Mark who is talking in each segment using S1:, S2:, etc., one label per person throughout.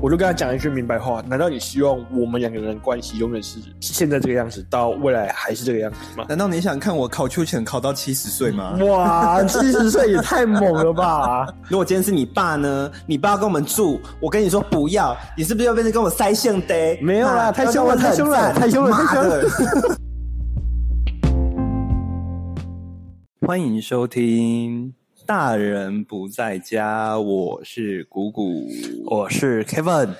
S1: 我就跟他讲一句明白话：难道你希望我们两个人关系永远是现在这个样子，到未来还是这个样子吗？
S2: 难道你想看我考秋千考到七十岁吗？
S1: 哇，七十岁也太猛了吧！
S2: 如果今天是你爸呢？你爸跟我们住，我跟你说不要，你是不是又变成跟我塞性的？
S1: 没有啦
S2: 啊
S1: 太凶了
S2: 刚刚
S1: 太凶了太凶了
S2: 妈的
S1: 太
S2: 欢迎收听《大人不在家》，我是谷谷，
S1: 我是 Kevin，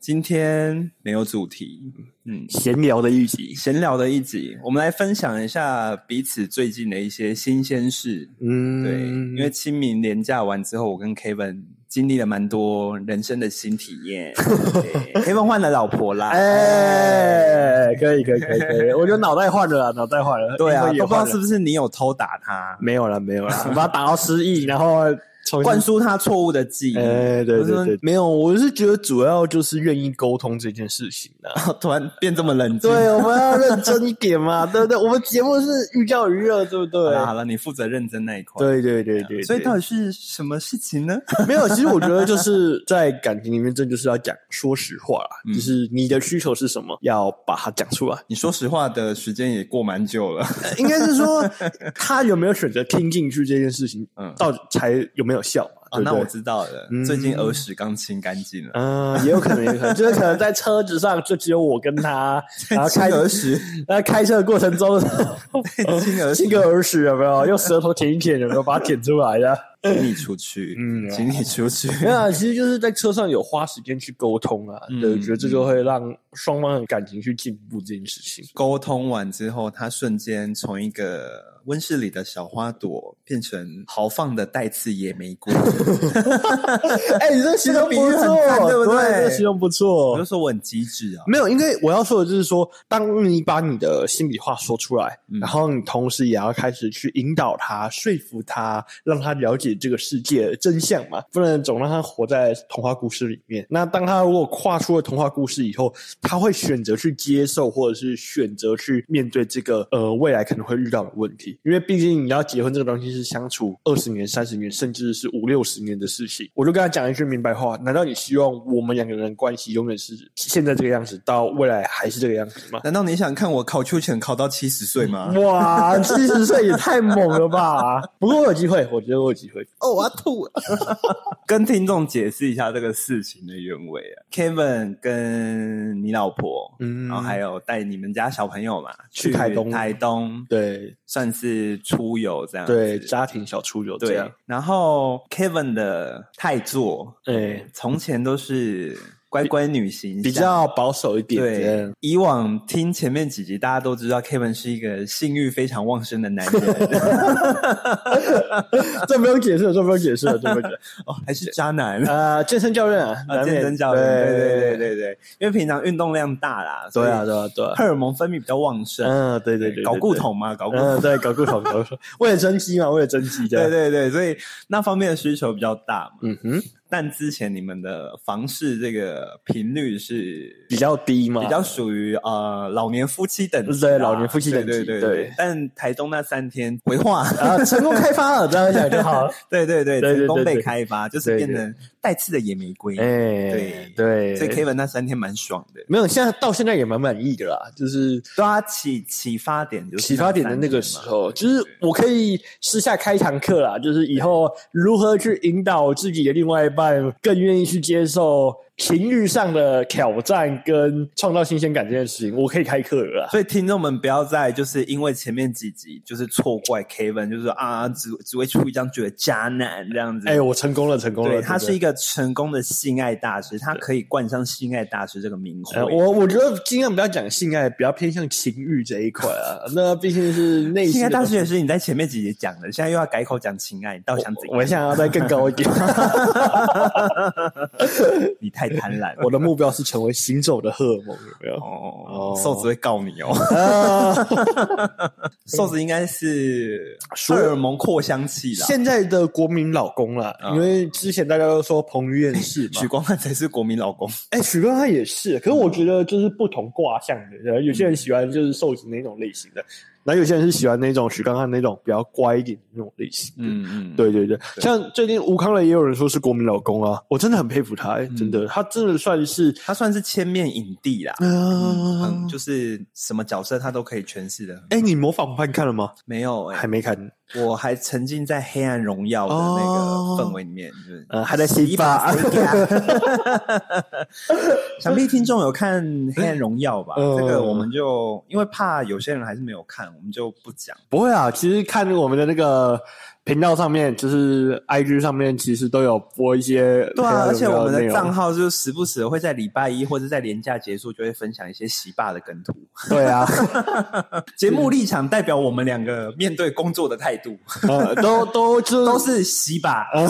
S2: 今天没有主题，嗯，
S1: 闲聊的一集。
S2: 闲聊的一集，我们来分享一下彼此最近的一些新鲜事。
S1: 嗯，
S2: 对，因为清明连假完之后，我跟 Kevin 经历了蛮多人生的新体验。 对 Kevin 换了老婆啦，
S1: 哎、可以可以可以可以，我觉得脑袋换了啦，脑袋换了。
S2: 对啊，
S1: 因为也
S2: 都不知道
S1: 换了
S2: 是不是你有偷打他，
S1: 没有了没有了， 我把他打到失忆，然后重新
S2: 灌输他错误的记忆。
S1: 哎，对
S2: 我说
S1: 对对，没有，我是觉得主要就是愿意沟通这件事情啊。
S2: 突然变这么冷静。
S1: 对，我们要认真一点嘛，对不对？我们节目是寓教于乐，对不
S2: 好
S1: 对？
S2: 了好了，你负责认真那一块。
S1: 对对对对，
S2: 所以
S1: 对
S2: 到底 是什么事情呢？
S1: 没有。其实我觉得就是在感情里面，这就是要讲说实话啦，
S2: 嗯
S1: 就是你的需求是什么，要把它讲出来。
S2: 你说实话的时间也过蛮久 了。
S1: 应该是说 他有没有选择听进去这件事情，
S2: 嗯
S1: 到底才有没有效嘛？
S2: 哦，
S1: 对不
S2: 那
S1: 对
S2: 我知道了，
S1: 嗯
S2: 最近耳屎刚清干净了。
S1: 嗯，也有可能，也有可能，就是可能在车子上就只有我跟 他，然后开
S2: 清耳屎，
S1: 那开车的过程中，
S2: 亲耳
S1: 亲个耳屎有没有？用舌头舔一舔有没有？把它舔出来的？
S2: 请你出去，
S1: 嗯
S2: 请你出去。
S1: 没有啊，其实就是在车上有花时间去沟通啊，
S2: 嗯
S1: 对，我觉得这就会让双方的感情去进步这件事 情。
S2: 沟通完之后，他瞬间从一个温室里的小花朵变成豪放的带刺野莓 果。
S1: 哎、你这个
S2: 这个比喻很赞对不对
S1: 这个形容不
S2: 我
S1: 错
S2: 就。说我很机智啊，
S1: 没有，因为我要说的就是说，当你把你的心里话说出来，
S2: 嗯
S1: 然后你同时也要开始去引导他、说服他，让他了解这个世界的真相嘛，不能总让他活在童话故事里面。那当他如果跨出了童话故事以后，他会选择去接受，或者是选择去面对这个呃未来可能会遇到的问题，因为毕竟你要结婚这个东西是相处二十年、三十年，甚至是五六十年的事情。我就跟他讲一句明白话：难道你希望我们两个人关系永远是现在这个样子，到未来还是这个样子吗？
S2: 难道你想看我考秋千考到七十岁
S1: 嗯
S2: 吗？
S1: 哇，七十岁也太猛了吧！ 不过我有机会，我觉得我有机会。
S2: 哦，我要吐了。 跟听众解释一下这个事情的原委啊，Kevin 跟你老婆，
S1: 嗯
S2: 然后还有带你们家小朋友嘛
S1: 去台东
S2: 台东
S1: 对
S2: 算是出游这样子。
S1: 对，家庭小出游这
S2: 对
S1: 样。，
S2: 然后 Kevin 的太座，
S1: 哎，
S2: 从前都是乖乖女形象，
S1: 比较保守一点。 这
S2: 对
S1: 样。
S2: 以往听前面几集，大家都知道 Kevin 是一个性欲非常旺盛的男 人
S1: 这不用解释了，这不用解释了，这不用解释了。
S2: 哦，还是渣男。
S1: 呃，健身教练啊，
S2: 啊，
S1: 难免
S2: 健身教练，对对对
S1: 对
S2: 对对，因为平常运动量大啦，
S1: 对啊
S2: 所以
S1: 对啊对 啊，
S2: 荷尔蒙分泌比较旺盛，
S1: 嗯，对对对，
S2: 搞固
S1: 对，
S2: 酮嘛，搞固酮，
S1: 嗯，对，搞固酮，搞固酮，为了增肌嘛，为了增肌
S2: 对
S1: 的，，
S2: 对对，所以那方面的需求比较大嘛。
S1: 嗯哼，
S2: 但之前你们的房事这个频率是
S1: 比较低嘛，
S2: 比较属于呃老年夫妻等级啦，
S1: 对老年夫妻等级
S2: 对对
S1: 对
S2: 但台东那三天回 话，
S1: 啊，成功开发了，这样讲就好了，
S2: 对对对，
S1: 对对
S2: 成功
S1: 对
S2: 被
S1: 对
S2: 开发，就是
S1: 对
S2: 变
S1: 对
S2: 成带刺的野玫瑰。
S1: 哎，
S2: 对
S1: 对，
S2: 所以 Kevin 那三天蛮爽的，
S1: 没有，现在到现在也蛮满意的啦，就是
S2: 对啊，启启发点就是
S1: 启发点的那个时
S2: 三天嘛。
S1: 候，就是我可以私下开一堂课啦，就是以后如何去引导自己的另外一半更愿意去接受情欲上的挑战跟创造新鲜感这件事情，我可以开课了啦。
S2: 所以听众们不要再就是因为前面几集就是错怪 Kevin，就是说啊只只会出一张嘴的渣男这样子。
S1: 哎、我成功了，成功了！
S2: 对，他
S1: 真的
S2: 是一个成功的性爱大师，他可以冠上性爱大师这个名讳。
S1: 呃，我我觉得尽量不要讲性爱，比较偏向情欲这一块啊。 那毕竟是内心
S2: 性爱
S1: 的
S2: 大
S1: 东西。
S2: 师也是你在前面几集讲的，现在又要改口讲情爱，你到底想怎
S1: 我
S2: 样？
S1: 想要再更高一点，
S2: 你太贪婪了。
S1: 我的目标是成为行走的荷尔蒙，有没有？
S2: 哦
S1: 哦，
S2: 瘦子会告你 哦。瘦子应该是荷尔蒙扩香器啦。
S1: 现在的国民老公啦，
S2: 啊
S1: 因为之前大家都说彭于晏是嘛
S2: 许，光汉才是国民老公，
S1: 哎，许光汉也是，可是我觉得就是不同卦象的，有些人喜欢就是瘦子那种类型的，然后有些人是喜欢那种许光汉那种比较乖一点的那种类型。嗯，
S2: 嗯嗯，
S1: 对对对，
S2: 对
S1: 像最近吴康仁也有人说是国民老公啊，我真的很佩服他、欸，
S2: 嗯
S1: 真的，他真的算是呃
S2: 他算是千面影帝啦，嗯，很
S1: 嗯，
S2: 就是什么角色他都可以诠释的。
S1: 哎、你模仿犯看了吗？
S2: 没有哎、
S1: 还没看，
S2: 我还沉浸在黑暗荣耀的那
S1: 哦
S2: 个氛围里面，就是
S1: 呃，还在
S2: 洗
S1: 洗
S2: 衣吧
S1: 发，
S2: 想必听众有看《黑暗荣耀》吧？
S1: 嗯
S2: 这个我们就因为怕有些人还是没有看，我们就不讲。
S1: 不会啊，其实看我们的那个频道上面，就是 IG 上面，其实都有播一些
S2: 对啊，而且我们的账
S1: 号，
S2: 号就时不时会在礼拜一或者在年假结束就会分享一些洗霸的梗图。
S1: 对 啊，
S2: 节目立场代表我们两个面对工作的态度，
S1: 呃，都都就
S2: 都是洗霸。
S1: 呃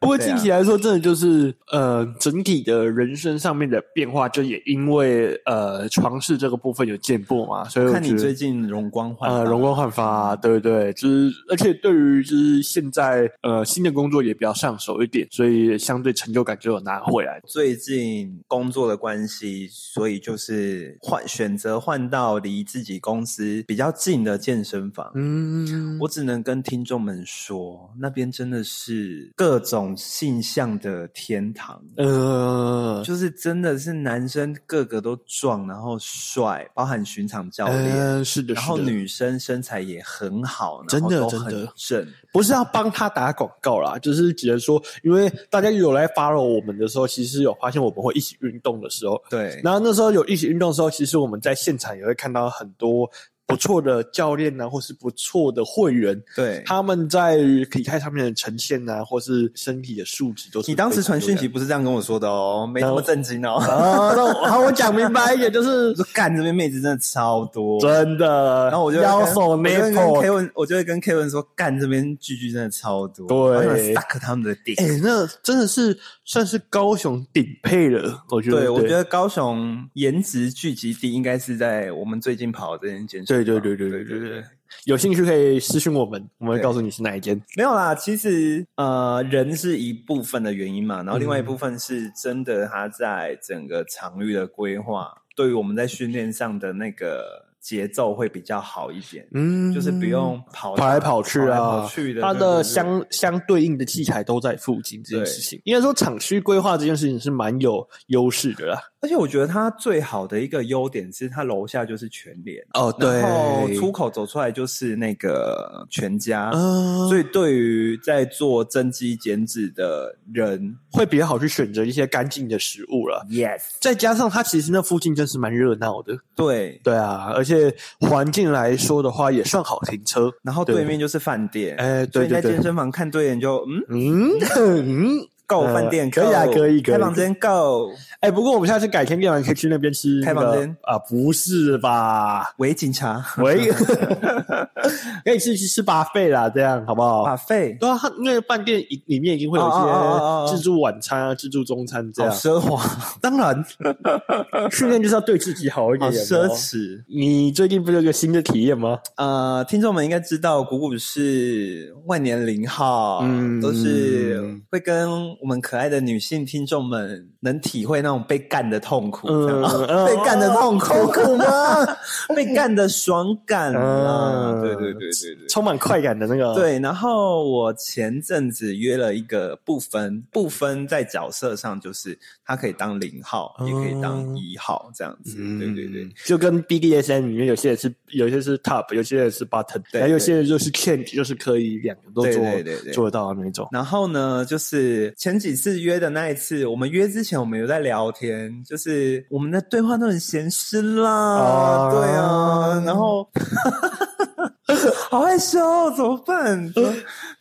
S1: 不过近期来说，真的就是呃，整体的人生上面的变化，就也因为呃床事这个部分有进步嘛，所以我
S2: 看你
S1: 觉得
S2: 最近容光焕发
S1: 呃容光焕发、对对对，就是而且对于就是现在呃新的工作也比较上手一点，所以相对成就感就有拿回来。
S2: 最近工作的关系，所以就是换选择换到离自己公司比较近的健身房。
S1: 嗯，
S2: 我只能跟听众们说，那边真的是各种性向的天堂。
S1: 呃，
S2: 就是真的是男生个个都壮，然后帅，包含巡场教练，
S1: 嗯，是的，
S2: 然后
S1: 是的
S2: 女生身材也很好，
S1: 真的
S2: 然后都很
S1: 真的
S2: 正，
S1: 不是要帮他打广告啦，就是只能说，因为大家有来 follow 我们的时候，其实有发现我们会一起运动的时候，
S2: 对，
S1: 然后那时候有一起运动的时候，其实我们在现场也会看到很多不错的教练啊，或是不错的会员，
S2: 对。
S1: 他们在体态上面的呈现啊，或是身体的素质都是
S2: 你当时
S1: 非常
S2: 传
S1: 优
S2: 讯息
S1: 良
S2: 不是这样跟我说的哦，没那么震惊哦。
S1: 啊？那我好，我讲明白一点，就是
S2: 我说干，这边妹子真的超多。
S1: 真的，
S2: 然后我就会
S1: 腰
S2: 跟
S1: 手
S2: 我就会跟
S1: nipple。
S2: Kevin，我就会跟 Kevin 说，干这边句句真的超多，
S1: 对
S2: 我想 suck 他们的
S1: 哎、
S2: dick。
S1: 那真的是算是高雄顶配了，我觉得。
S2: 对，我觉得高雄颜值聚集地应该是在我们最近跑的这间健身
S1: 对
S2: 房。
S1: 对对对对对对，有兴趣可以私信我们，我们会告诉你是哪一间。
S2: 没有啦，其实呃，人是一部分的原因嘛，然后另外一
S1: 嗯
S2: 部分是真的他在整个场域的规划，对于我们在训练上的那个节奏会比较好一点，
S1: 嗯
S2: 就是不用跑
S1: 跑来跑去啊，
S2: 跑来跑去的，
S1: 它
S2: 对对
S1: 的
S2: 对
S1: 相相对应的器材都在附近这件事情，应该说厂区规划这件事情是蛮有优势的啦。
S2: 而且我觉得它最好的一个优点是，它楼下就是全联，
S1: 哦，
S2: 然后出口走出来就是那个全家，
S1: 嗯，所
S2: 所
S1: 以
S2: 以对于在做增肌减脂的人
S1: 会比较好去选择一些干净的食物了。
S2: ，yes，
S1: 再加上它其实那附近真是蛮热闹的，
S2: 对。
S1: 对啊，而且环境来说的话也算好停车。
S2: 然后
S1: 对
S2: 对面就是饭店，
S1: 哎
S2: 所
S1: 对
S2: 以你在
S1: 对对
S2: 健身房看对眼就嗯
S1: 嗯嗯，
S2: 够
S1: 呃
S2: 饭店
S1: 可以啊
S2: 够
S1: 可以可以
S2: 开房间够
S1: 哎、不过我们下次改天练完可以去那边吃、那
S2: 开
S1: 个、
S2: 房间
S1: 啊？不是吧？
S2: 喂警察
S1: 喂， 可以去去吃巴费啦，这样好不好？
S2: 把费，
S1: 对啊，它那个饭店里里面已经会有一
S2: 哦哦哦哦哦
S1: 些自助晚餐啊、自助中餐这
S2: 好
S1: 样。
S2: 奢华，
S1: 当然，训练就是要对自己好一
S2: 好
S1: 点。有没
S2: 奢
S1: 有
S2: 侈。
S1: 你最近不是有个新的体验吗？
S2: 呃，听众们应该知道，谷谷是万年零号，
S1: 嗯
S2: 都是会跟我们可爱的女性听众们能体会那种被干的痛苦，
S1: 嗯
S2: 这样被干的痛苦，
S1: 哦苦吗？
S2: 被干的爽感啊！
S1: 嗯
S2: 对对对对对。
S1: 充满快感的那个。，
S2: 对，然后我前阵子约了一个不分，不分在角色上就是他可以当零号，也可以
S1: 哦
S2: 当一号这样子。
S1: 嗯
S2: 对对对，，
S1: 就跟 BDSM 里面有些人是有些是 top，有些人是 button，
S2: 对
S1: 然后有些人就是 change，就是可以两个都
S2: 对
S1: 做
S2: 对对对
S1: 做得到的那种。
S2: 然后呢，就是前几次约的那一次，我们约之前我们有在聊天，就是我们的对话都很咸湿啦，
S1: 啊
S2: 对啊，然 后好害羞哦，怎么办？怎么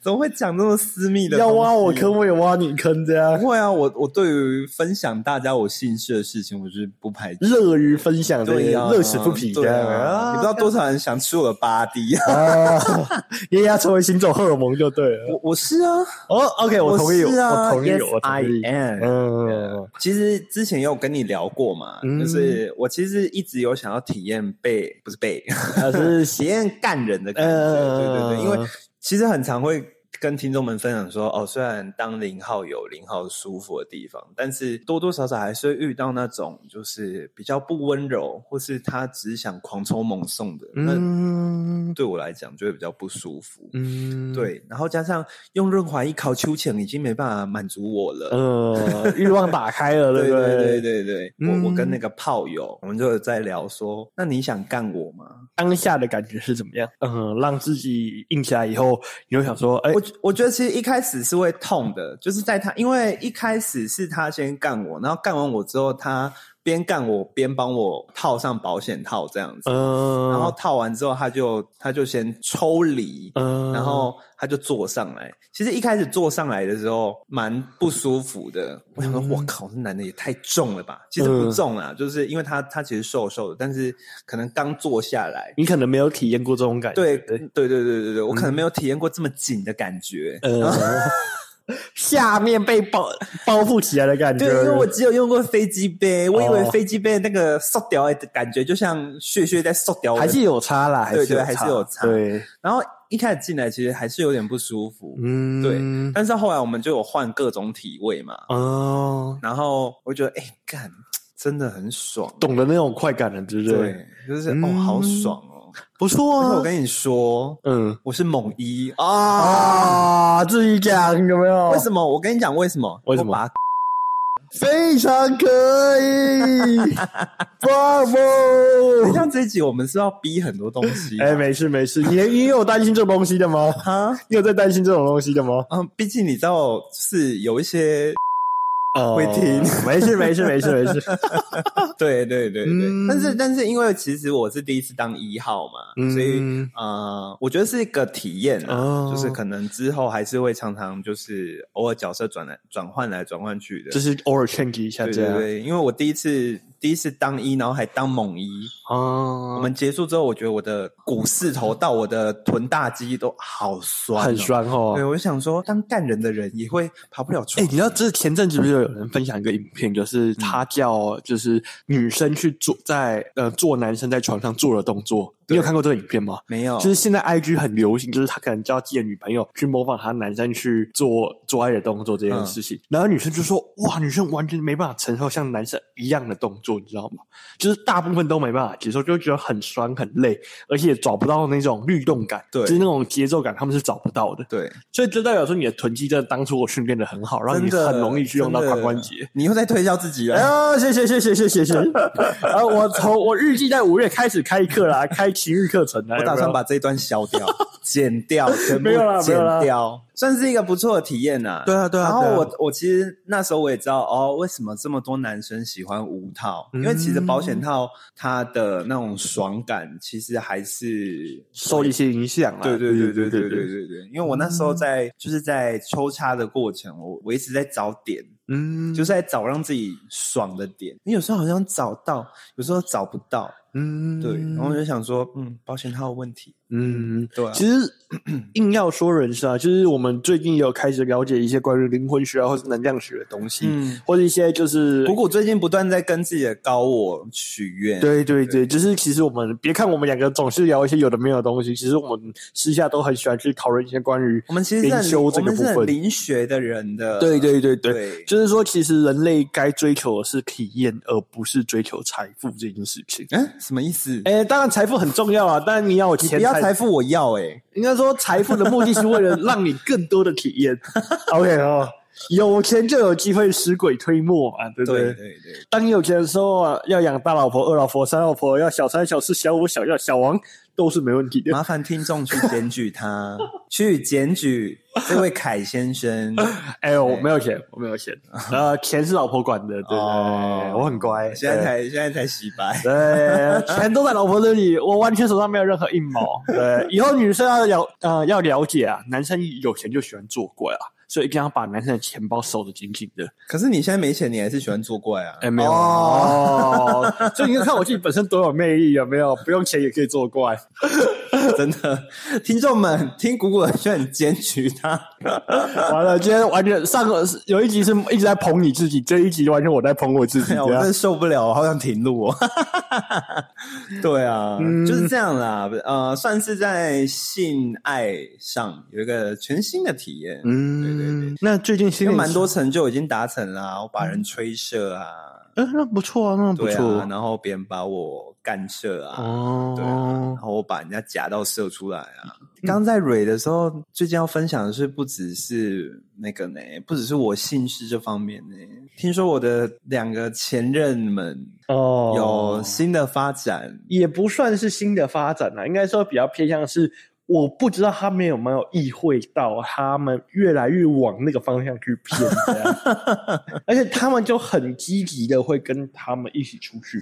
S2: 怎么会讲这么私密的？
S1: 要挖我。坑，我也挖你坑，这样
S2: 不会啊，我我对于分享大家我兴趣的事情，我是不排斥。
S1: 乐于分享的，
S2: 对呀、
S1: 乐此不疲
S2: 对
S1: 的。
S2: 啊，你不知道多少人想吃我的巴迪啊！
S1: 啊，因为要成为行走荷尔蒙就对了。
S2: 我我是啊，
S1: 哦，OK，我同意，
S2: 是啊
S1: 我同意，
S2: yes,
S1: 我同意
S2: I。am。
S1: 嗯，
S2: 其实之前也有跟你聊过嘛，
S1: 嗯
S2: 就是我其实一直有想要体验被不是被，
S1: 还是
S2: 体验干人的感觉，
S1: 嗯
S2: 对对对，因为其实很常会跟听众们分享说，哦，虽然当零号有零号舒服的地方，但是多多少少还是会遇到那种就是比较不温柔，或是他只想狂抽猛送的，那
S1: 嗯
S2: 对我来讲就会比较不舒服。
S1: 嗯，
S2: 对，然后加上用润滑一烤秋千已经没办法满足我了。
S1: 呃，欲望打开了，
S2: 对
S1: 不
S2: 对
S1: 对
S2: 对对，
S1: 嗯
S2: 我我跟那个炮友，我们就有在聊说，那你想干我吗？
S1: 当下的感觉是怎么样？嗯，让自己硬起来以后，你会想说，哎、
S2: 我我觉得其实一开始是会痛的，就是在他，因为一开始是他先干我，然后干完我之后，他边干我边帮我套上保险套这样子，
S1: 嗯，
S2: 然后套完之后，他就他就先抽离，
S1: 嗯，
S2: 然后他就坐上来。其实一开始坐上来的时候蛮不舒服的，我想说，
S1: 嗯
S2: 我靠，这男的也太重了吧？其实不重啦，就是因为他他其实瘦瘦的，但是可能刚坐下来，
S1: 你可能没有体验过这种感觉，
S2: 对对对对对对，我可能没有体验过这么紧的感觉。
S1: 嗯呃， 下面被包包覆起来的感觉，
S2: 对，因为我只有用过飞机杯，我以为
S1: 哦
S2: 飞机杯那个塑掉的感觉，就像血血在塑掉我的
S1: 还是有差啦，
S2: 对对
S1: 有
S2: 还是
S1: 差
S2: 有差
S1: 对，
S2: 然后一开始进来，其实还是有点不舒服，
S1: 嗯，
S2: 对，但是后来我们就有换各种体位嘛，
S1: 哦，
S2: 然后我就觉得，哎、干，真的很爽，
S1: 懂得那种快感了，对不对？
S2: 对，就是、哦，
S1: 嗯
S2: 好爽哦。
S1: 不错
S2: 但是
S1: 啊，
S2: 我跟你说，
S1: 嗯
S2: 我是猛一啊。
S1: 啊，自己讲有没有
S2: 为？什么？我跟你讲为什么？
S1: 为什么
S2: 我把它
S1: 非常可以
S2: 等一
S1: ，Bravo！
S2: 下这一集我们是要逼很多东西、 啊
S1: 哎，没事没事，你你有担心这种东西的吗？
S2: 哈，
S1: 你有在担心这种东西的吗？
S2: 嗯，毕竟你知道是有一些，
S1: 哦
S2: 会听，
S1: 没事没事没事没事，
S2: 对对对对，
S1: 嗯
S2: 但是但是因为其实我是第一次当一号嘛，所以
S1: 嗯
S2: 呃，我觉得是一个体验啊，
S1: 哦
S2: 就是可能之后还是会常常就是偶尔角色转来转换来转换去的，
S1: 就是偶尔 change 一下
S2: 对
S1: 这
S2: 对
S1: 样
S2: 对，因为我第一次第一次当一，然后还当猛一，
S1: 哦
S2: 我们结束之后，我觉得我的股四头到我的臀大肌都好酸、
S1: 很。酸哦
S2: 对，。我就想说，当干人的人也会跑不了
S1: 哎、
S2: 床。
S1: 你知道这前阵子不是有人分享一个影片，就是他叫就是女生去做在呃做男生在床上做的动作，你有看过这个影片吗？
S2: 没有？
S1: 就是现在 I G 很流行，就是他可能叫自己的女朋友去模仿他男生去做做爱的动作这件事情，然后女生就说哇，女生完全没办法承受像男生一样的动作，你知道吗？就是大部分都没办法接受，就觉得很酸很累，而且找不到那种律动感，
S2: 对
S1: 就是那种节奏感，他们是找不到的。
S2: 对，
S1: 所以就代表说你的臀肌真的当初我训练的很好，然后你
S2: 真的
S1: 很容易去用到
S2: 真的
S1: 髋关节。
S2: 你又在推销自己
S1: 哎
S2: 了。
S1: 呀，谢谢谢谢谢谢谢！ 啊，我从我预计在五月开始开课啦，开情欲课程啦。啊
S2: 我打算把这一段消掉、剪掉，全部
S1: 哎没有啦没
S2: 剪
S1: 有啦
S2: 掉，算是一个不错的体验呐、
S1: 对啊对啊
S2: 然后
S1: 对啊
S2: 我我其实那时候我也知道哦，为什么这么多男生喜欢无套，因为其实保
S1: 嗯
S2: 险套它的那种爽感其实还是
S1: 受一些影响啦。
S2: 对对对对
S1: 对嗯
S2: 对对对对，因为我那时候在、就是在抽插的过程，我我一直在找点，
S1: 嗯，
S2: 就是在找让自己爽的点。你有时候好像找到，有时候找不到，
S1: 嗯
S2: 对。然后我就想说，嗯，保险套有问题，
S1: 嗯，
S2: 对啊
S1: 其 实硬要说人生啊，就是我们最近也有开始了解一些关于灵魂学啊，或是能量学的东西，
S2: 嗯。
S1: 或者一些就是
S2: 不过我最近不断在跟自己的高我许愿，
S1: 对对对，就是其实我们别看我们两个总是聊一些有的没有的东西，其实我们私下都很喜欢去讨论一些关于
S2: 我们其实是很
S1: 灵修这个部
S2: 我们是很
S1: 分。
S2: 灵学的人的，
S1: 对对对对，
S2: 对
S1: 就是说，其实人类该追求的是体验，而不是追求财富这件事情。
S2: 嗯，什么意思？
S1: 哎，当然财富很重要啊，当然你要有
S2: 你不
S1: 钱
S2: 要
S1: 才
S2: 财富，我要哎、
S1: 应该说，财富的目的是为了让你更多的体验。OK 哦，有钱就有机会使鬼推磨嘛，对不
S2: 对对对，
S1: 当你有钱的时候啊，要养大老婆、二老婆、三老婆，要小三、小四、小五、小六、小王，都是没问题的。
S2: 麻烦听众去检举 他，去检举这位凯先生。
S1: 哎、我没有钱，我没有钱，呃，钱是老婆管的，对对对我很乖，
S2: 现在才现在才洗 白。
S1: 对，钱都在老婆这里，我完全手上没有任何一 毛。对，以后女生要了呃要了解啊，男生有钱就喜欢做鬼啊，所以一定要把男生的钱包守得紧紧的。
S2: 可是你现在没钱，你还是喜欢作怪啊？
S1: 哎、没有
S2: 哦
S1: 哦，所以你就看我自己本身多有魅力，有没有？不用钱也可以做怪。
S2: 真的，听众们听古古的劝检举他，
S1: 完了，今天完全上个有一集是一直在捧你自己，这一集完全我在捧我自己。
S2: 哎呀，我
S1: 这
S2: 真
S1: 样
S2: 的受不了，我好想停录哦。 对啊，
S1: 嗯
S2: 就是这样啦。呃，算是在性爱上有一个全新的体验，
S1: 嗯，对对那最近
S2: 因
S1: 新
S2: 为
S1: 年
S2: 蛮，多成就已经达成啦。我把人吹射啊，
S1: 嗯，那不错啊，那不
S2: 对
S1: 错
S2: 啊，然后别人把我干射啊，对啊，然
S1: 哦，
S2: 后我把人家夹到射出来啊。
S1: 嗯
S2: 刚在蕊的时候，最近要分享的是不只是那个呢，不只是我姓氏这方面呢。听说我的两个前任们
S1: 哦
S2: 有新的发展，
S1: 也不算是新的发展啦，应该说比较偏向是，我不知道他们有没有意会到，他们越来越往那个方向去偏，这 样而且他们就很积极的会跟他们一起出去。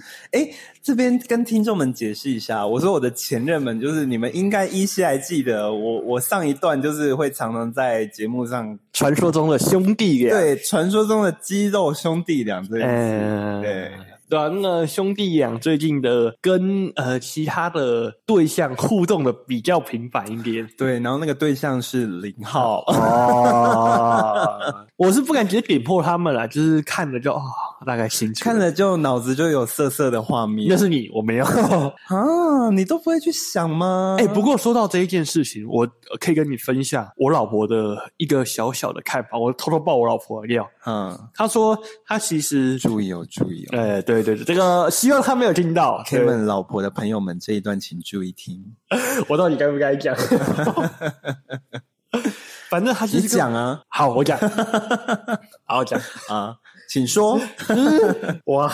S2: 这边跟听众们解释一下，我说我的前任们就是你们应该依稀还记得我，我上一段就是会常常在节目上
S1: 传说中的兄弟俩，
S2: 对传说中的肌肉兄弟俩这件事，
S1: 嗯，
S2: 对。
S1: 对啊，那兄弟俩最近的跟呃其他的对象互动的比较频繁一点。
S2: 对，然后那个对象是零号，
S1: 哦， 我是不敢直接点破他们啦，就是看着就哦，大概清楚。
S2: 看了就脑子就有色色的画面。
S1: 那是你，我没有。
S2: 啊，你都不会去想吗？
S1: 哎、不过说到这一件事情，我呃可以跟你分享我老婆的一个小小的看法。我偷偷爆我老婆的料，
S2: 嗯，
S1: 她说她其实，
S2: 注意哦，注意哦。
S1: 呃，对对对，这个希望她没有听到。对
S2: Kevin 老婆的朋友们，这一段请注意听。
S1: 我到底该不该讲？ 反正她就
S2: 你
S1: 是跟
S2: 讲啊
S1: 好，我 讲，好我讲。
S2: 啊，请说。
S1: 哇，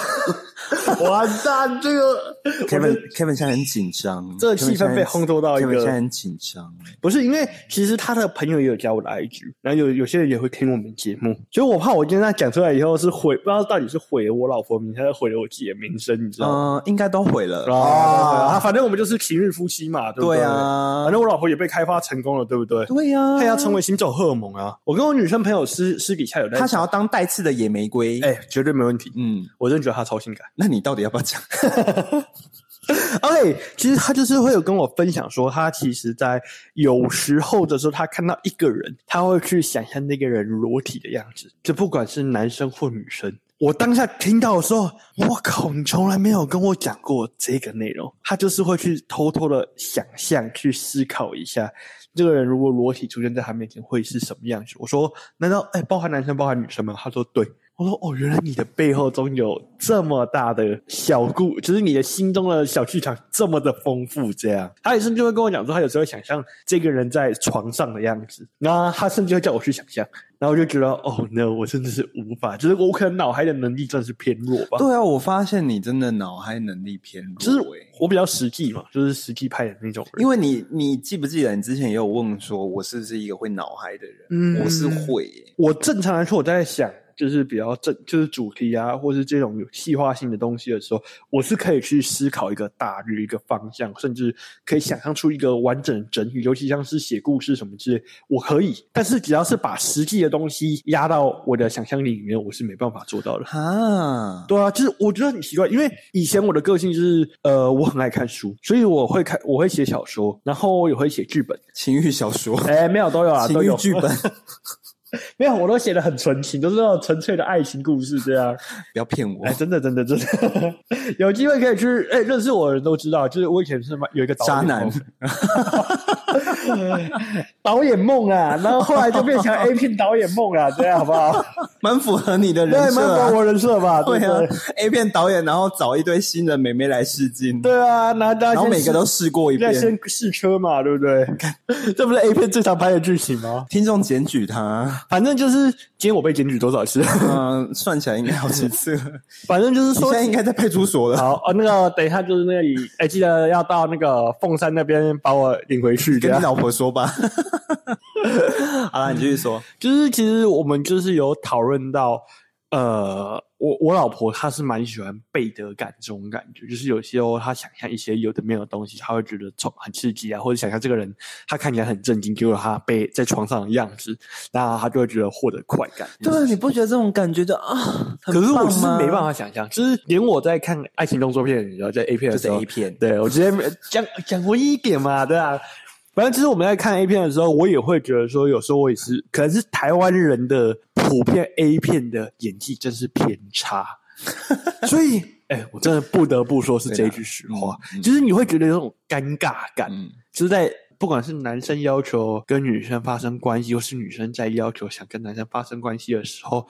S1: 完蛋，这个
S2: Kevin Kevin 现在很紧张，
S1: 这
S2: Kevin
S1: 气氛
S2: 现在
S1: 被烘托到一个
S2: Kevin 现在很紧张。
S1: 不是因为其实他的朋友也有加我的 IG，然后有有些人也会听我们节目，所以我怕我今天他讲出来以后是毁，不知道到底是毁了我老婆名声，还是毁了我自己的名声，你知道吗？
S2: 嗯，应该都毁了
S1: 啊，反正我们就是情侣夫妻嘛，对不对？
S2: 对，啊
S1: 反，正我老婆也被开发成功了，对不对？啊
S2: 对啊呀，
S1: 她要成为行走荷尔蒙啊！我跟我女生朋友私私底下有在，
S2: 他想要当带刺的野玫瑰。
S1: 哎、绝对没问题，
S2: 嗯，
S1: 我真的觉得她超性感。
S2: 那你到底要不要讲？
S1: OK，其实他就是会有跟我分享说，他其实在有时候的时候，他看到一个人，他会去想象那个人裸体的样子，就不管是男生或女生。我当下听到的时候，我靠，你从来没有跟我讲过这个内容。他就是会去偷偷的想象，去思考一下，这个人如果裸体出现在他面前会是什么样子。我说，难道哎，包含男生包含女生吗？他说对。我说哦，原来你的背后中有这么大的小故，就是你的心中的小剧场这么的丰富。这样，他也是就会跟我讲说，他有时候想象这个人在床上的样子，那他甚至会叫我去想象，然后我就觉得哦，no，我真的是无法，就是我可能脑海的能力真的是偏弱吧。
S2: 对啊，我发现你真的脑海能力偏弱，
S1: 就是
S2: 哎
S1: 我比较实际嘛，就是实际派的那种人。
S2: 因为你，你记不记得你之前也有问说，我是不是一个会脑嗨的人？
S1: 嗯
S2: 我是会欸耶、
S1: 我正常来说，我在想就是比较正，就是主题啊，或是这种有计划性的东西的时候，我是可以去思考一个大率、一个方向，甚至可以想象出一个完整的整体，尤其像是写故事什么之类，我可以。但是只要是把实际的东西压到我的想象力里面，我是没办法做到的。
S2: 啊，
S1: 对啊，就是我觉得很奇怪，因为以前我的个性就是，呃，我很爱看书，所以我会看，我会写小说，然后我也会写剧本，
S2: 情欲小说、
S1: 哎，没有都有啊，
S2: 情
S1: 都有
S2: 欲剧本，
S1: 没有，我都写的很纯情，都是那种纯粹的爱情故事这样。
S2: 不要骗我
S1: 哎，，真的，真的，真的， 有机会可以去。哎，认识我的人都知道，就是我以前是有一个导演
S2: 渣男
S1: 梦， 导演梦啊，然后后来就变成 A 片导演梦啊，这样好不 好？
S2: 蛮符合你的
S1: 对，蛮
S2: 人
S1: 符
S2: 设、啊
S1: 合。我人设吧？
S2: 对
S1: 对
S2: 啊
S1: 对
S2: ，A 片导演，然后找一堆新人美眉来试镜，，
S1: 对啊，然后大家
S2: 然后
S1: 先
S2: 每个都
S1: 试
S2: 试过一
S1: 要
S2: 遍。
S1: 先试车嘛，对不对？这不是 A 片最常拍的剧情吗？
S2: 听众检举他，
S1: 反正就是今天我被检举多少次，
S2: 嗯，算起来应该好几次了。
S1: 反正就是
S2: 你
S1: 说
S2: 现在应该在派出所 了，
S1: 好，哦，那个等一下就是那里，哎、记得要到那个凤山那边把我领回去。这
S2: 跟你
S1: 样
S2: 老婆说吧。 好了，你继续说。
S1: 就是其实我们就是有讨论到，呃，我我老婆她是蛮喜欢背德感这种感觉，就是有些哦，她想象一些有的没有的东西，她会觉得从很刺激啊，或者想象这个人他看起来很震惊，结果他背在床上的样子，那她就会觉得获得快感。
S2: 对，啊你不觉得这种感觉就啊？很
S1: 可是我是
S2: 棒吗
S1: 没办，法想象，就是连我在看爱情动作片，然后在 A 片
S2: 就
S1: 的时
S2: 是
S1: 候
S2: A，片。
S1: 对我直接没 讲讲文艺一点嘛，对啊。反正其实我们在看 A 片的时候，我也会觉得说，有时候我也是，可能是台湾人的普遍 A 片的演技真是偏 差，所以哎、我真的不得不说是这一句实话，
S2: 啊对啦嗯嗯
S1: 就是你会觉得有种尴尬感，
S2: 嗯，
S1: 就是在不管是男生要求跟女生发生关系，或是女生在要求想跟男生发生关系的时候，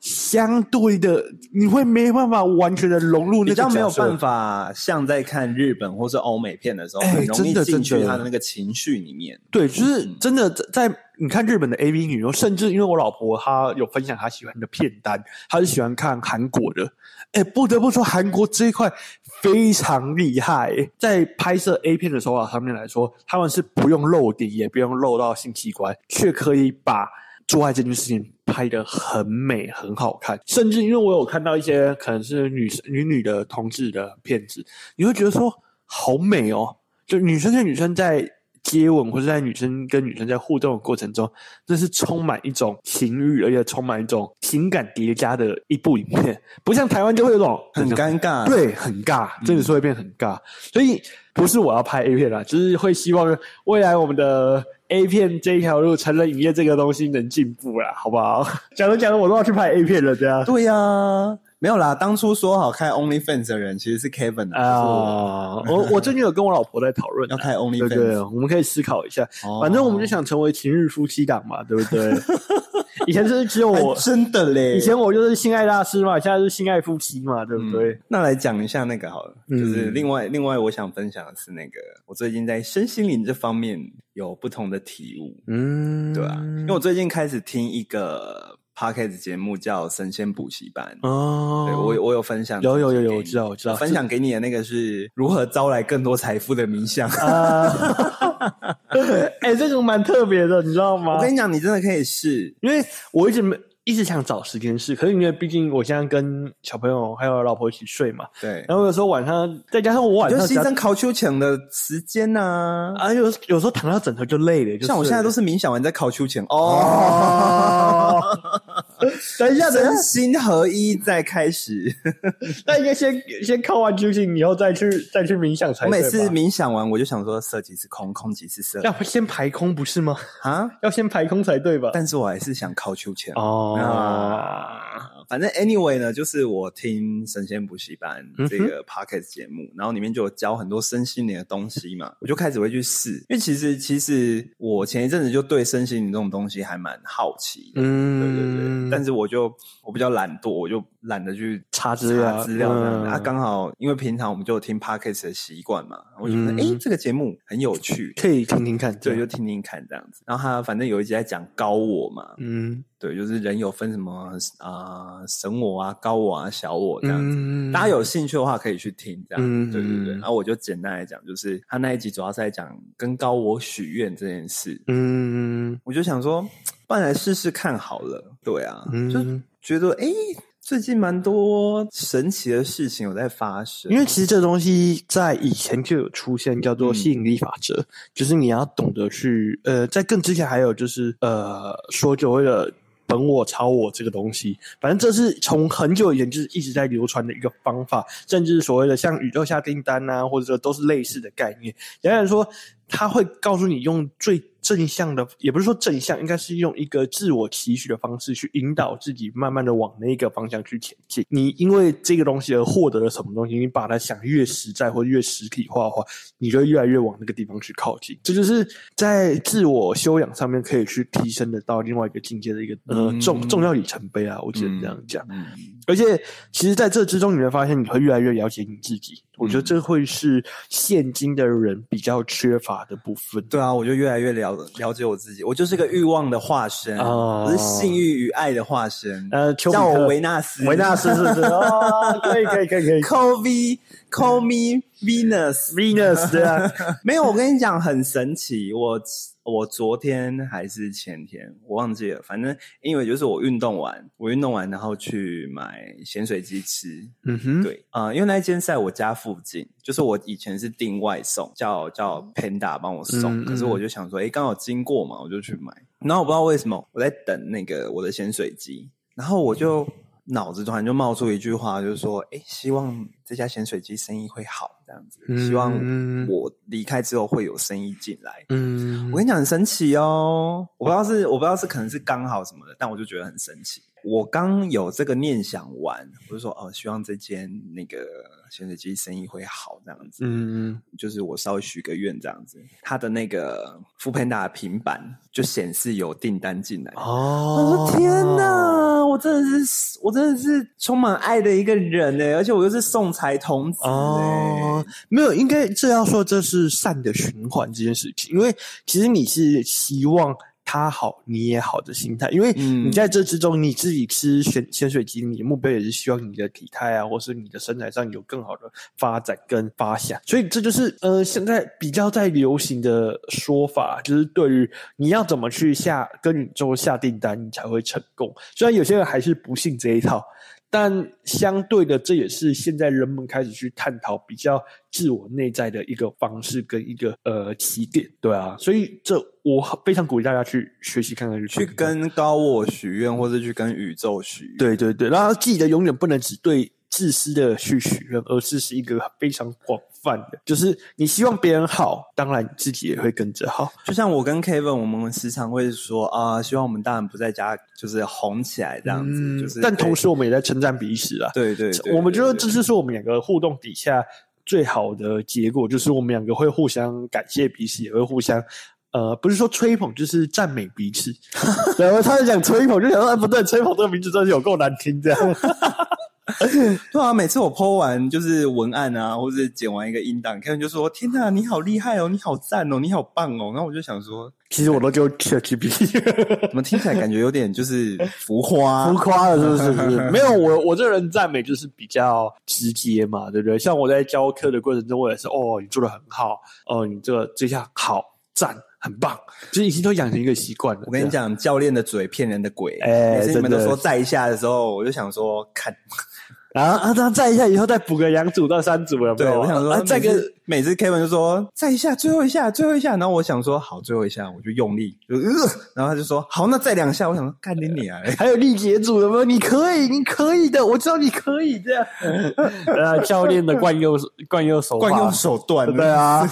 S1: 相对的你会没办法完全的融入那
S2: 比
S1: 个
S2: 较没有
S1: 角色
S2: 办法像在看日本或是欧美片的时候，
S1: 哎
S2: 很容易
S1: 真的
S2: 进去
S1: 真的
S2: 他的那个情绪里面。
S1: 对，就是
S2: 嗯
S1: 真的在在你看日本的 A V 女优，甚至因为我老婆她有分享她喜欢的片单，她是喜欢看韩国的。哎，不得不说，韩国这一块非常厉害、在拍摄 A 片的手法上面来说，他们是不用露点，也不用露到性器官，却可以把做爱这件事情拍得很美、很好看。甚至因为我有看到一些可能是女生女女的同志的片子，你会觉得说好美哦，就女生跟女生在接吻，或者在女生跟女生在互动的过程中，这是充满一种情欲，而且充满一种情感叠加的一部影片， 不像台湾就会有种
S2: 很尴尬，
S1: 对，很尬，真的是会变很尬。所以不是我要拍 A 片啦，就是会希望未来我们的 A 片这一条路，成人影业这个东西能进步啦，好不好？ 讲着讲着，我都要去拍 A 片了，这样
S2: 对呀、没有啦。当初说好开 OnlyFans 的人其实是 Kevin 啊，
S1: 啊！我我最近有跟我老婆在讨论
S2: 要
S1: 啊，
S2: 开
S1: 对对，对
S2: OnlyFans，
S1: 我们可以思考一下。
S2: 哦
S1: 反正我们就想成为情日夫妻档嘛，对不对？以前就是只有我
S2: 哎，真的嘞。嗯
S1: 以前我就是性爱大师嘛，现在是性爱夫妻嘛，对不对？
S2: 那来讲一下那个好了，
S1: 嗯
S2: 就是另外另外我想分享的是那个，我最近在身心灵这方面有不同的体悟，
S1: 嗯，
S2: 对啊，因为我最近开始听一个 podcast 节目叫《神仙补习班》。
S1: 哦，
S2: 对我有我有分享，
S1: 有有有有，
S2: 给
S1: 我
S2: 你
S1: 知道我知道，
S2: 分享给你的那个是如何招来更多财富的冥想。
S1: 啊，哎、这种蛮特别的，你知道吗
S2: 我？跟你讲，你真的可以试。
S1: 因为我一直没一直想找时间试，可是因为毕竟我现在跟小朋友还有老婆一起睡嘛，
S2: 对，
S1: 然后有时候晚上再加上我晚
S2: 你就
S1: 上只
S2: 牺
S1: 要
S2: 牲考秋前的时间呐、
S1: 啊，有有时候躺到枕头就累了，就
S2: 像我
S1: 睡
S2: 现在
S1: 了
S2: 都是冥想完再考秋前哦，
S1: 哦， 等一下，等一
S2: 身
S1: 下，
S2: 心合一再开始。
S1: 那应该先先靠完酒醒，以后再去再去冥想才
S2: 我
S1: 对吧。
S2: 每次冥想完，我就想说色即是空，空即是色
S1: 要先排空不是吗？
S2: 啊。
S1: 要先排空才对吧？
S2: 但是我还是想考秋前。
S1: 哦
S2: 啊，反正 anyway 呢，就是我听《神仙补习班
S1: 嗯哼》
S2: 这个 podcast 节目，然后里面就有教很多身心灵的东西嘛， 我就开始会去试，因为其实其实我前一阵子就对身心灵这种东西还蛮好奇的，对对对，
S1: 嗯，
S2: 但是我就我比较懒惰，我就懒得去
S1: 查资料
S2: 查资料这样子、
S1: 嗯
S2: 啊，刚好因为平常我们就有听 podcast 的习惯嘛，我就觉得
S1: 嗯
S2: 诶这个节目很有趣，
S1: 可以听听看，
S2: 对，就听听看这样子。然后他反正有一集在讲高我嘛，
S1: 嗯
S2: 对，就是人有分什么啊、呃神我啊、高我啊、小我这样子。
S1: 嗯，
S2: 大家有兴趣的话，可以去听这样。
S1: 嗯
S2: 对对对。
S1: 嗯
S2: 然后我就简单来讲，就是他那一集主要是在讲跟高我许愿这件事。
S1: 嗯
S2: 我就想说，不然来试试看好了。对啊，就
S1: 嗯，
S2: 觉得诶，最近蛮多神奇的事情有在发生。
S1: 因为其实这东西在以前就有出现，叫做
S2: 嗯
S1: 吸引力法则，就是你要懂得去呃，在更之前还有就是呃，说所谓的本我、超我这个东西，反正这是从很久以前就是一直在流传的一个方法，甚至所谓的像宇宙下订单啊，或者说都是类似的概念。简单来说，它会告诉你用最正向的，也不是说正向，应该是用一个自我期许的方式去引导自己，慢慢的往那个方向去前进。你因为这个东西而获得了什么东西，你把它想越实在或越实体化的话，你就会越来越往那个地方去靠近。这就是在自我修养上面可以去提升的到另外一个境界的一个呃
S2: 嗯
S1: 重重要里程碑啊，我只能这样讲。
S2: 嗯，
S1: 而且，其实在这之中，你会发现你会越来越了解你自己。我
S2: 嗯
S1: 觉得这会是现今的人比较缺乏的部分。
S2: 对啊，我就越来越了了解我自己，我就是个欲望的化身，
S1: 哦
S2: 我是性欲与爱的化身。
S1: 呃，丘比
S2: 叫我
S1: 特
S2: 哦维纳斯，
S1: 维纳斯是不是？哦，可以可以可以可以。
S2: Covid Call me Venus。
S1: Venus 对啊，
S2: 没有，我跟你讲，很神奇。我我昨天还是前天，我忘记了。反正因为就是我运动完，我运动完然后去买咸水鸡吃。
S1: 嗯哼，
S2: 对啊、呃因为那一间在我家附近，就是我以前是订外送，叫叫 Panda 帮我送。
S1: 嗯
S2: 可是我就想说，诶，刚好经过嘛，我就去买。然后我不知道为什么我在等那个我的咸水鸡，然后我就脑子突然就冒出一句话，就是说，诶，希望这家咸水鸡生意会好，这样子，希望
S1: 嗯
S2: 我离开之后会有生意进来。
S1: 嗯
S2: 我跟你讲很神奇哦，我不知道是我不知道是可能是刚好什么的，但我就觉得很神奇。我刚有这个念想完，我就说哦，希望这间那个咸水鸡生意会好这样子，
S1: 嗯
S2: 就是我稍微许个愿这样子。他的那个富平达平板就显示有订单进来，
S1: 哦
S2: 我说天！哪，我真的是我真的是充满爱的一个人呢，而且我又是送财童子欸
S1: 哦
S2: 哦，，
S1: 没有，应该这要说这是善的循环这件事情，因为其实你是希望他好，你也好的心态，因为
S2: 嗯
S1: 你在这之中，你自己吃咸咸水鸡，你的目标也是希望你的体态啊，或是你的身材上有更好的发展跟发想，所以这就是呃现在比较在流行的说法，就是对于你要怎么去下跟宇宙下订单，你才会成功。虽然有些人还是不信这一套，但相对的，这也是现在人们开始去探讨比较自我内在的一个方式跟一个呃起点，对啊，所以这我非常鼓励大家去学习看看，
S2: 去
S1: 看看
S2: 跟高我许愿，或者去跟宇宙许愿。
S1: 对对对，然后记得永远不能只对自私的去许愿，而是是一个非常广泛的，就是你希望别人好，当然你自己也会跟着好，
S2: 就像我跟 Kevin，我们时常会说啊、希望我们大人不在家就是红起来这样子，
S1: 嗯
S2: 就是
S1: 但同时我们也在称赞彼此啊，
S2: 对对对，
S1: 我们觉得
S2: 对
S1: 这就是我们两个互动底下最好的结果，就是我们两个会互相感谢彼此，也会互相。呃，不是说吹捧，就是赞美彼 此。然后他在讲吹捧，就想说，哎，不对，吹捧这个名字真的有够难听，这样。
S2: 对啊，每次我 PO 完就是文案啊，或者剪完一个音档，Kevin 就说：“天哪，你好厉害哦，你好赞哦，你好棒哦。”然后我就想说，
S1: 其实我都就 ChatGPT
S2: 怎么听起来感觉有点就是浮 夸、
S1: 浮夸了，是不是？是不是？啊 没有，我我这个人赞美就是比较直接嘛，对不对？像我在教课的过程中，我也是，哦，你做的很好，哦，你这个这下好赞，很棒，就是已经都养成一个习惯了。
S2: 我跟
S1: 这
S2: 你
S1: 样
S2: 讲，教练的嘴骗人的鬼。
S1: 哎
S2: 每次你们
S1: 真的
S2: 都说在一下的时候，我就想说，看，
S1: 然后啊，他再一下以后再补个两组到三组有没
S2: 对，
S1: 有？
S2: 我想说
S1: 啊，
S2: 每
S1: 再个
S2: 次每次 Kevin 就说再一下，最后一下，最后一下，然后我想说好，最后一下，我就用力，就呃，然后他就说好，那再两下，我想说干你娘嘞！
S1: 还有力竭组有没有？你可以，你可以的，我知道你可以这样。 呃，教练的惯用惯用手法，
S2: 惯用手段，
S1: 对 啊，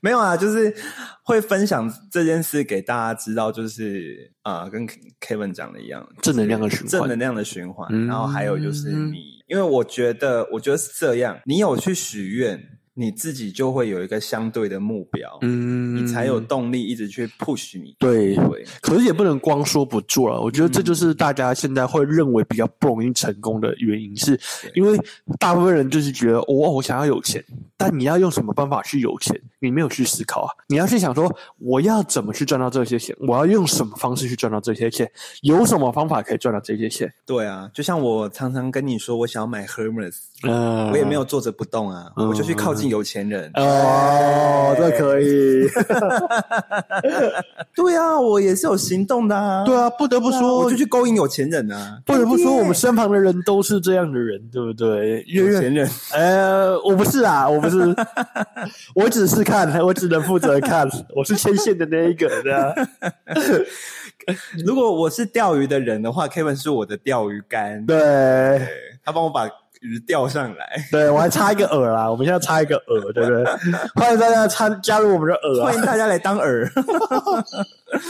S2: 没有啊，就是会分享这件事给大家知道，就是啊、呃跟 Kevin 讲的一样，
S1: 正能量的循环
S2: 正能量的循环。
S1: 嗯
S2: 嗯然后还有就是你，因为我觉得，我觉得是这样，你有去许愿，你自己就会有一个相对的目标，
S1: 嗯
S2: 你才有动力一直去 push 你。
S1: 对
S2: 对，
S1: 可是也不能光说不做了，我觉得这就是大家现在会认为比较不容易成功的原
S2: 嗯
S1: 因，是因为大部分人就是觉得哦，我想要有钱，但你要用什么办法去有钱？你没有去思考啊，你要去想说我要怎么去赚到这些钱，我要用什么方式去赚到这些钱，有什么方法可以赚到这些钱？
S2: 对啊，就像我常常跟你说，我想要买 Hermes，、
S1: 嗯
S2: 我也没有坐着不动啊，我就去靠近有钱人。
S1: 呃
S2: 啊
S1: 哦，这可以，
S2: 对啊，我也是有行动的啊。
S1: 对啊，不得不
S2: 对啊，
S1: 说，
S2: 我就去勾引有钱人啊，
S1: 不得不说，我们身旁的人都是这样的人，对不对？月
S2: 有
S1: 月
S2: 钱人。
S1: 呃，我不是啊，我不 是，我只是看，我只能负责看，我是牵线的那一个对啊。
S2: 如果我是钓鱼的人的话，Kevin 是我的钓鱼竿，
S1: 对，
S2: 他帮我把鱼钓上来。
S1: 对我还插一个饵啦，我们现在插一个饵，对不对？欢迎大家参加入我们的饵
S2: 欢
S1: 啊！
S2: 迎大家来当饵。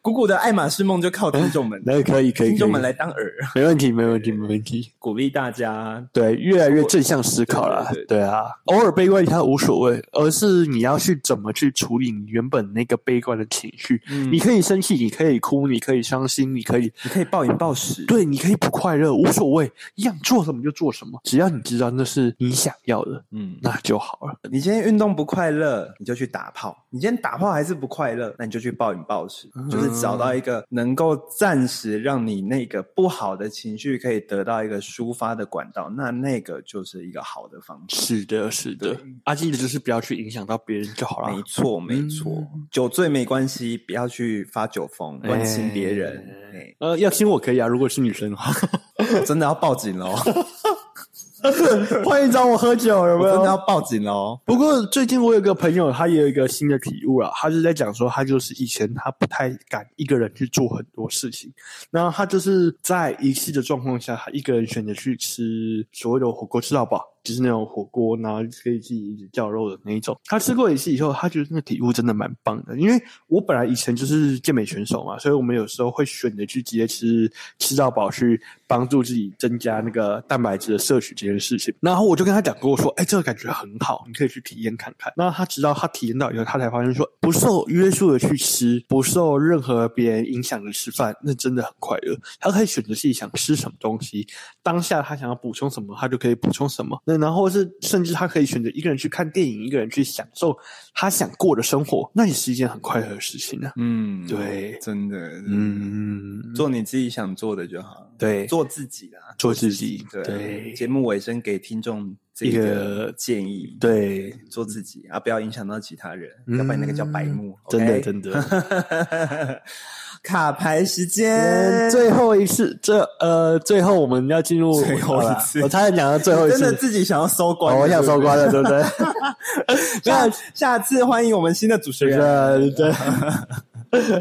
S2: 谷谷的爱马仕梦就靠听众们，
S1: 那可以可以可
S2: 听众
S1: 以
S2: 们，来当饵，
S1: 没问题没问题没问题。
S2: 鼓励大家。
S1: 对，越来越正向思考啦
S2: 对对。对
S1: 对啊，偶尔悲观一下无所谓，而是你要去怎么去处理你原本那个悲观的情绪。
S2: 嗯
S1: 你可以生气，你可以哭，你可以伤心，你可以
S2: 你可以暴饮暴食，
S1: 对，你可以不快乐，无所谓，一样做什么就做什么，只要你知道那是你想要的，
S2: 嗯，
S1: 那就好了。
S2: 你今天
S1: 嗯
S2: 运动不快乐，你就去打炮；你今天打炮还是不快乐，那你就去暴饮暴食，就是找到一个能够暂时让你那个不好的情绪可以得到一个抒发的管道，那那个就是一个好的方式。
S1: 是的，是的。啊，记得就是不要去影响到别人就好了
S2: 没。错，没错，
S1: 嗯
S2: 酒醉没关系，不要去发酒疯，关心别人。哎
S1: 呃，要亲我可以啊，如果是女生的话，
S2: 真的要报警喽！
S1: 欢迎找我喝酒， 有没
S2: 我真的要
S1: 有？
S2: 报警哦喽！
S1: 不过最近我有个朋友，他也有一个新的体悟啊，他就在讲说，他就是以前他不太敢一个人去做很多事情，然后他就是在一次的状况下，他一个人选择去吃所谓的火锅吃到饱，就是那种火锅，然后可以自己一直叫肉的那一种。他吃过一次以后，他觉得那个体悟真的蛮棒的。因为我本来以前就是健美选手嘛，所以我们有时候会选择去直接吃吃到饱，去帮助自己增加那个蛋白质的摄取这件事情。然后我就跟他讲过说，哎，这个感觉很好，你可以去体验看看。那他直到他体验到以后，他才发现说，不受约束的去吃，不受任何别人影响的吃饭，那真的很快乐。他可以选择自己想吃什么东西，当下他想要补充什么，他就可以补充什么。那然后是甚至他可以选择一个人去看电影，一个人去享受他想过的生活，那也是一件很快乐的事情呢、啊
S2: 嗯，
S1: 对
S2: 真的，嗯，
S1: 嗯，
S2: 做你自己想做的就好。
S1: 对
S2: 做自己啦，
S1: 做自己对
S2: 对，节目尾声给听众这
S1: 一个
S2: 个建议，
S1: 对，
S2: 做自己啊，不要影响到其他人，
S1: 嗯
S2: 要不然那个叫白目。
S1: 真的
S2: OK？
S1: 真的。
S2: 卡牌时
S1: 嗯
S2: 间，
S1: 最后一次，这呃，最后我们要进入
S2: 最后一次
S1: 好啦我差点讲到最后一
S2: 真的
S1: 次，
S2: 自己想要收官
S1: 哦
S2: 了，
S1: 我想收官了，对不 对？
S2: 对不对。下下次欢迎我们新的主持
S1: 对
S2: 人。
S1: 的，对。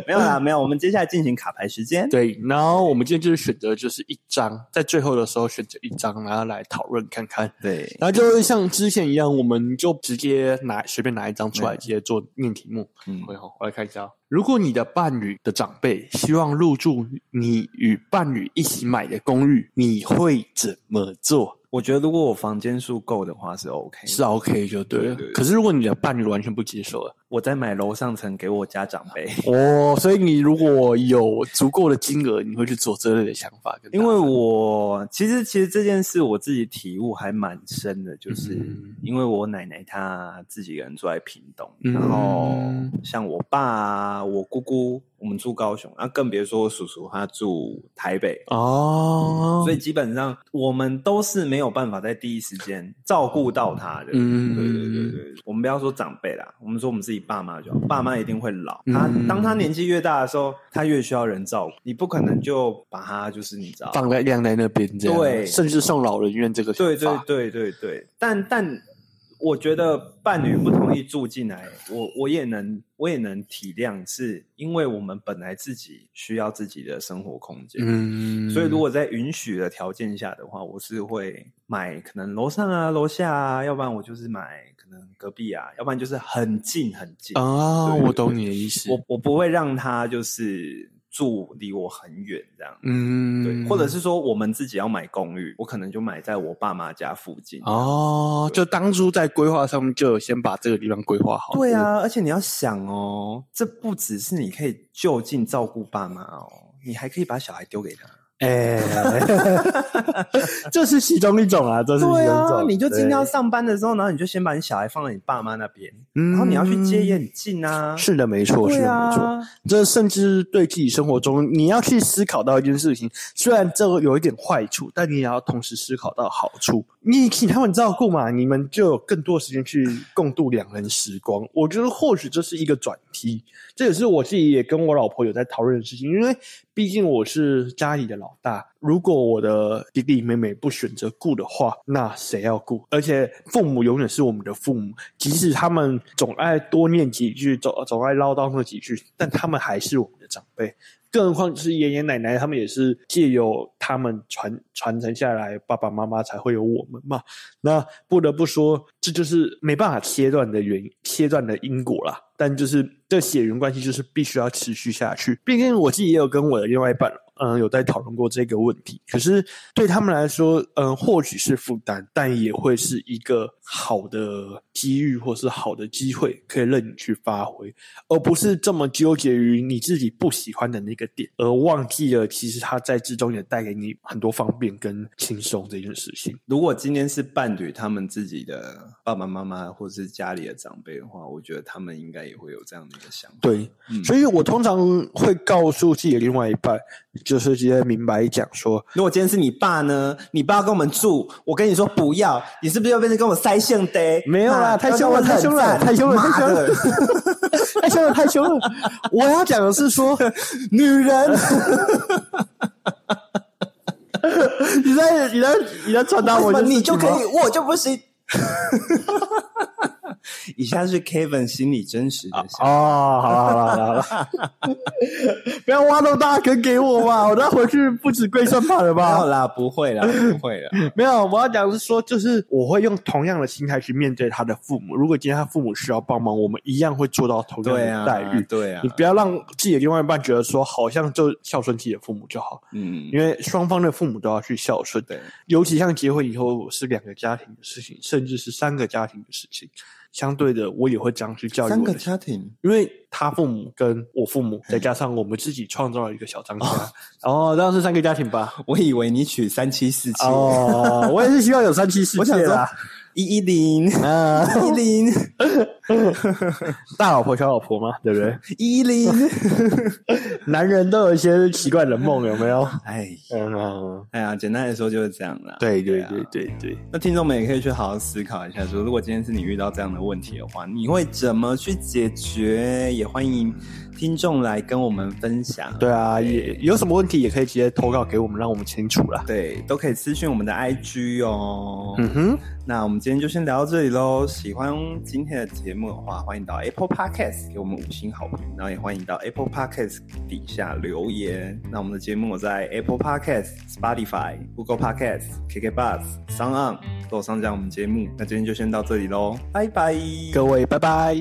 S2: 没有啦，没有，我们接下来进行卡牌时间。
S1: 对，然后我们今天就是选择就是一张，在最后的时候选择一张，然后来讨论看看。
S2: 对
S1: 然后就是像之前一样，我们就直接拿随便拿一张出来，
S2: 嗯
S1: 直接做念题目。
S2: 嗯
S1: 我我来看一下哦。如果你的伴侣的长辈希望入住你与伴侣一起买的公寓，你会怎么做？
S2: 我觉得如果我房间数够的话是 OK，的
S1: 是啊 OK 就对了。
S2: 对对对
S1: 可是如果你的伴侣完全不接受了，
S2: 我再买楼上层给我家长 辈。
S1: 哦，所以你如果有足够的金额，你会去做这类的想法跟打算。
S2: 因为我其实其实这件事我自己体悟还蛮深的，就是
S1: 嗯
S2: 因为我奶奶她自己一个人住在屏东，
S1: 嗯
S2: 然后像我爸啊、我姑姑，我们住高雄，那、更别说我叔叔他住台北。
S1: 哦，
S2: 所以基本上我们都是没有办法在第一时间照顾到他的。
S1: 嗯
S2: 对对对对，我们不要说长辈啦，我们说我们自己爸妈就好，爸妈一定会老。
S1: 嗯
S2: 他当他年纪越大的时候，他越需要人照顾，你不可能就把他就是你知道。
S1: 放在晾在那边这样，
S2: 对
S1: 甚至送老人院这个想
S2: 对对
S1: 法
S2: 对对对，但但我觉得伴侣不同意住进来，我我也能我也能体谅，是因为我们本来自己需要自己的生活空间。
S1: 嗯，
S2: 所以，如果在允许的条件下的话，我是会买可能楼上啊、楼下啊，要不然我就是买可能隔壁啊，要不然就是很近很近。
S1: 啊，
S2: 对对
S1: 我懂你的意思，
S2: 我我不会让他就是住离我很远这样。
S1: 嗯，
S2: 对，或者是说我们自己要买公寓，我可能就买在我爸妈家附近。
S1: 哦，就当初在规划上面就有先把这个地方规划好，
S2: 对，啊，而且你要想哦，这不只是你可以就近照顾爸妈哦，你还可以把小孩丢给他。
S1: 哎，这是其中一种啊，这是其中一
S2: 对啊，
S1: 种
S2: 你就今天要
S1: 对
S2: 上班的时候，然后你就先把你小孩放在你爸妈那边，
S1: 嗯
S2: 然后你要去接也很近啊。
S1: 是的，没错，是
S2: 对
S1: 的，没错。
S2: 啊，
S1: 这甚至对自己生活中，你要去思考到一件事情，虽然这个有一点坏处，但你也要同时思考到好处。你请他们照顾嘛，你们就有更多时间去共度两人时光。我觉得或许这是一个转机，这也是我自己也跟我老婆有在讨论的事情，因为毕竟我是家里的老大，如果我的弟弟妹妹不选择顾的话，那谁要顾？而且父母永远是我们的父母，即使他们总爱多念几句，总总爱唠叨那几句，但他们还是我们的长辈。更何况是爷爷奶奶，他们也是借由他们传传承下来，爸爸妈妈才会有我们嘛。那不得不说，这就是没办法切断的原因，切断的因果啦。但就是这血缘关系，就是必须要持续下去。毕竟我自己也有跟我的另外一半，嗯，有在讨论过这个问题。可是对他们来说，嗯，或许是负担，但也会是一个好的机遇或是好的机会，可以让你去发挥，而不是这么纠结于你自己不喜欢的那个点，而忘记了其实它在之中也带给你很多方便跟轻松这件事情。
S2: 如果今天是伴侣他们自己的爸爸妈妈或是家里的长辈的话，我觉得他们应该也会有这样的一个想法。
S1: 对，
S2: 嗯
S1: 所以我通常会告诉自己的另外一半，就是直接明白讲说，
S2: 如果今天是你爸呢？你爸跟我们住，我跟你说不要，你是不是又变成跟我塞性的？
S1: 没有啦，
S2: 啊
S1: 太凶了，太凶了，太凶了，太凶！
S2: 刚刚我很赞妈的
S1: 了， 太凶了，太凶了。我要讲的是 说，
S2: 女人，
S1: 你在你在你在传达
S2: 那
S1: 我
S2: 我
S1: 的事情吗，
S2: 你就可以，我就不行。 以下是 Kevin 心里真实的想法。
S1: 哦，好了好了好了好了， 不要挖那么大坑给我嘛，我再回去不止跪算盘了
S2: 没有
S1: 吧？
S2: 啦，不会啦，不会 啦。
S1: 没有，我要讲的是说，就是我会用同样的心态去面对他的父母。如果今天他父母需要帮忙，我们一样会做到同样
S2: 对
S1: 的
S2: 啊，
S1: 待遇。
S2: 对啊
S1: 你，不要让自己的另外一半觉得说，好像就孝顺自己的父母就好，
S2: 嗯，
S1: 因为双方的父母都要去孝顺。
S2: 对，
S1: 尤其像结婚以后是两个家庭的事情，甚至是三个家庭的事情。相对的，我也会这样去教育
S2: 三
S1: 我
S2: 个
S1: 的，
S2: 家庭，
S1: 因为他父母跟我父母，再加上我们自己创造了一个小张家，哦，当然是三个家庭吧。
S2: 我以为你娶三妻四 妾，
S1: 哦，我也是希望有三妻四
S2: 我想
S1: 妾
S2: 说
S1: 啦。
S2: 一一零，
S1: 啊，
S2: 一零，
S1: 大老婆小老婆嘛，对不 对？
S2: 一零。
S1: 男人都有一些奇怪的梦，有没有？
S2: 哎，
S1: 嗯、啊，
S2: 哎呀，简单来说就是这样啦。
S1: 对对
S2: 啊
S1: 对对对。
S2: 那听众们也可以去好好思考一下说如果今天是你遇到这样的问题的话，你会怎么去解决？也欢迎听众来跟我们分享。
S1: 对啊，也有什么问题也可以直接投稿给我们，让我们清楚啦。
S2: 对，都可以私讯我们的 IG 哦。
S1: 嗯哼，
S2: 那我们今天就先聊到这里喽。喜欢今天的节目的话，欢迎到 Apple Podcast 给我们五星好评，然后也欢迎到 Apple Podcast 底下留言。那我们的节目在 Apple Podcast、Spotify、Google Podcast、KK Bus、Sound On 都有上架我们节目。那今天就先到这里喽，拜拜，
S1: 各位，拜拜。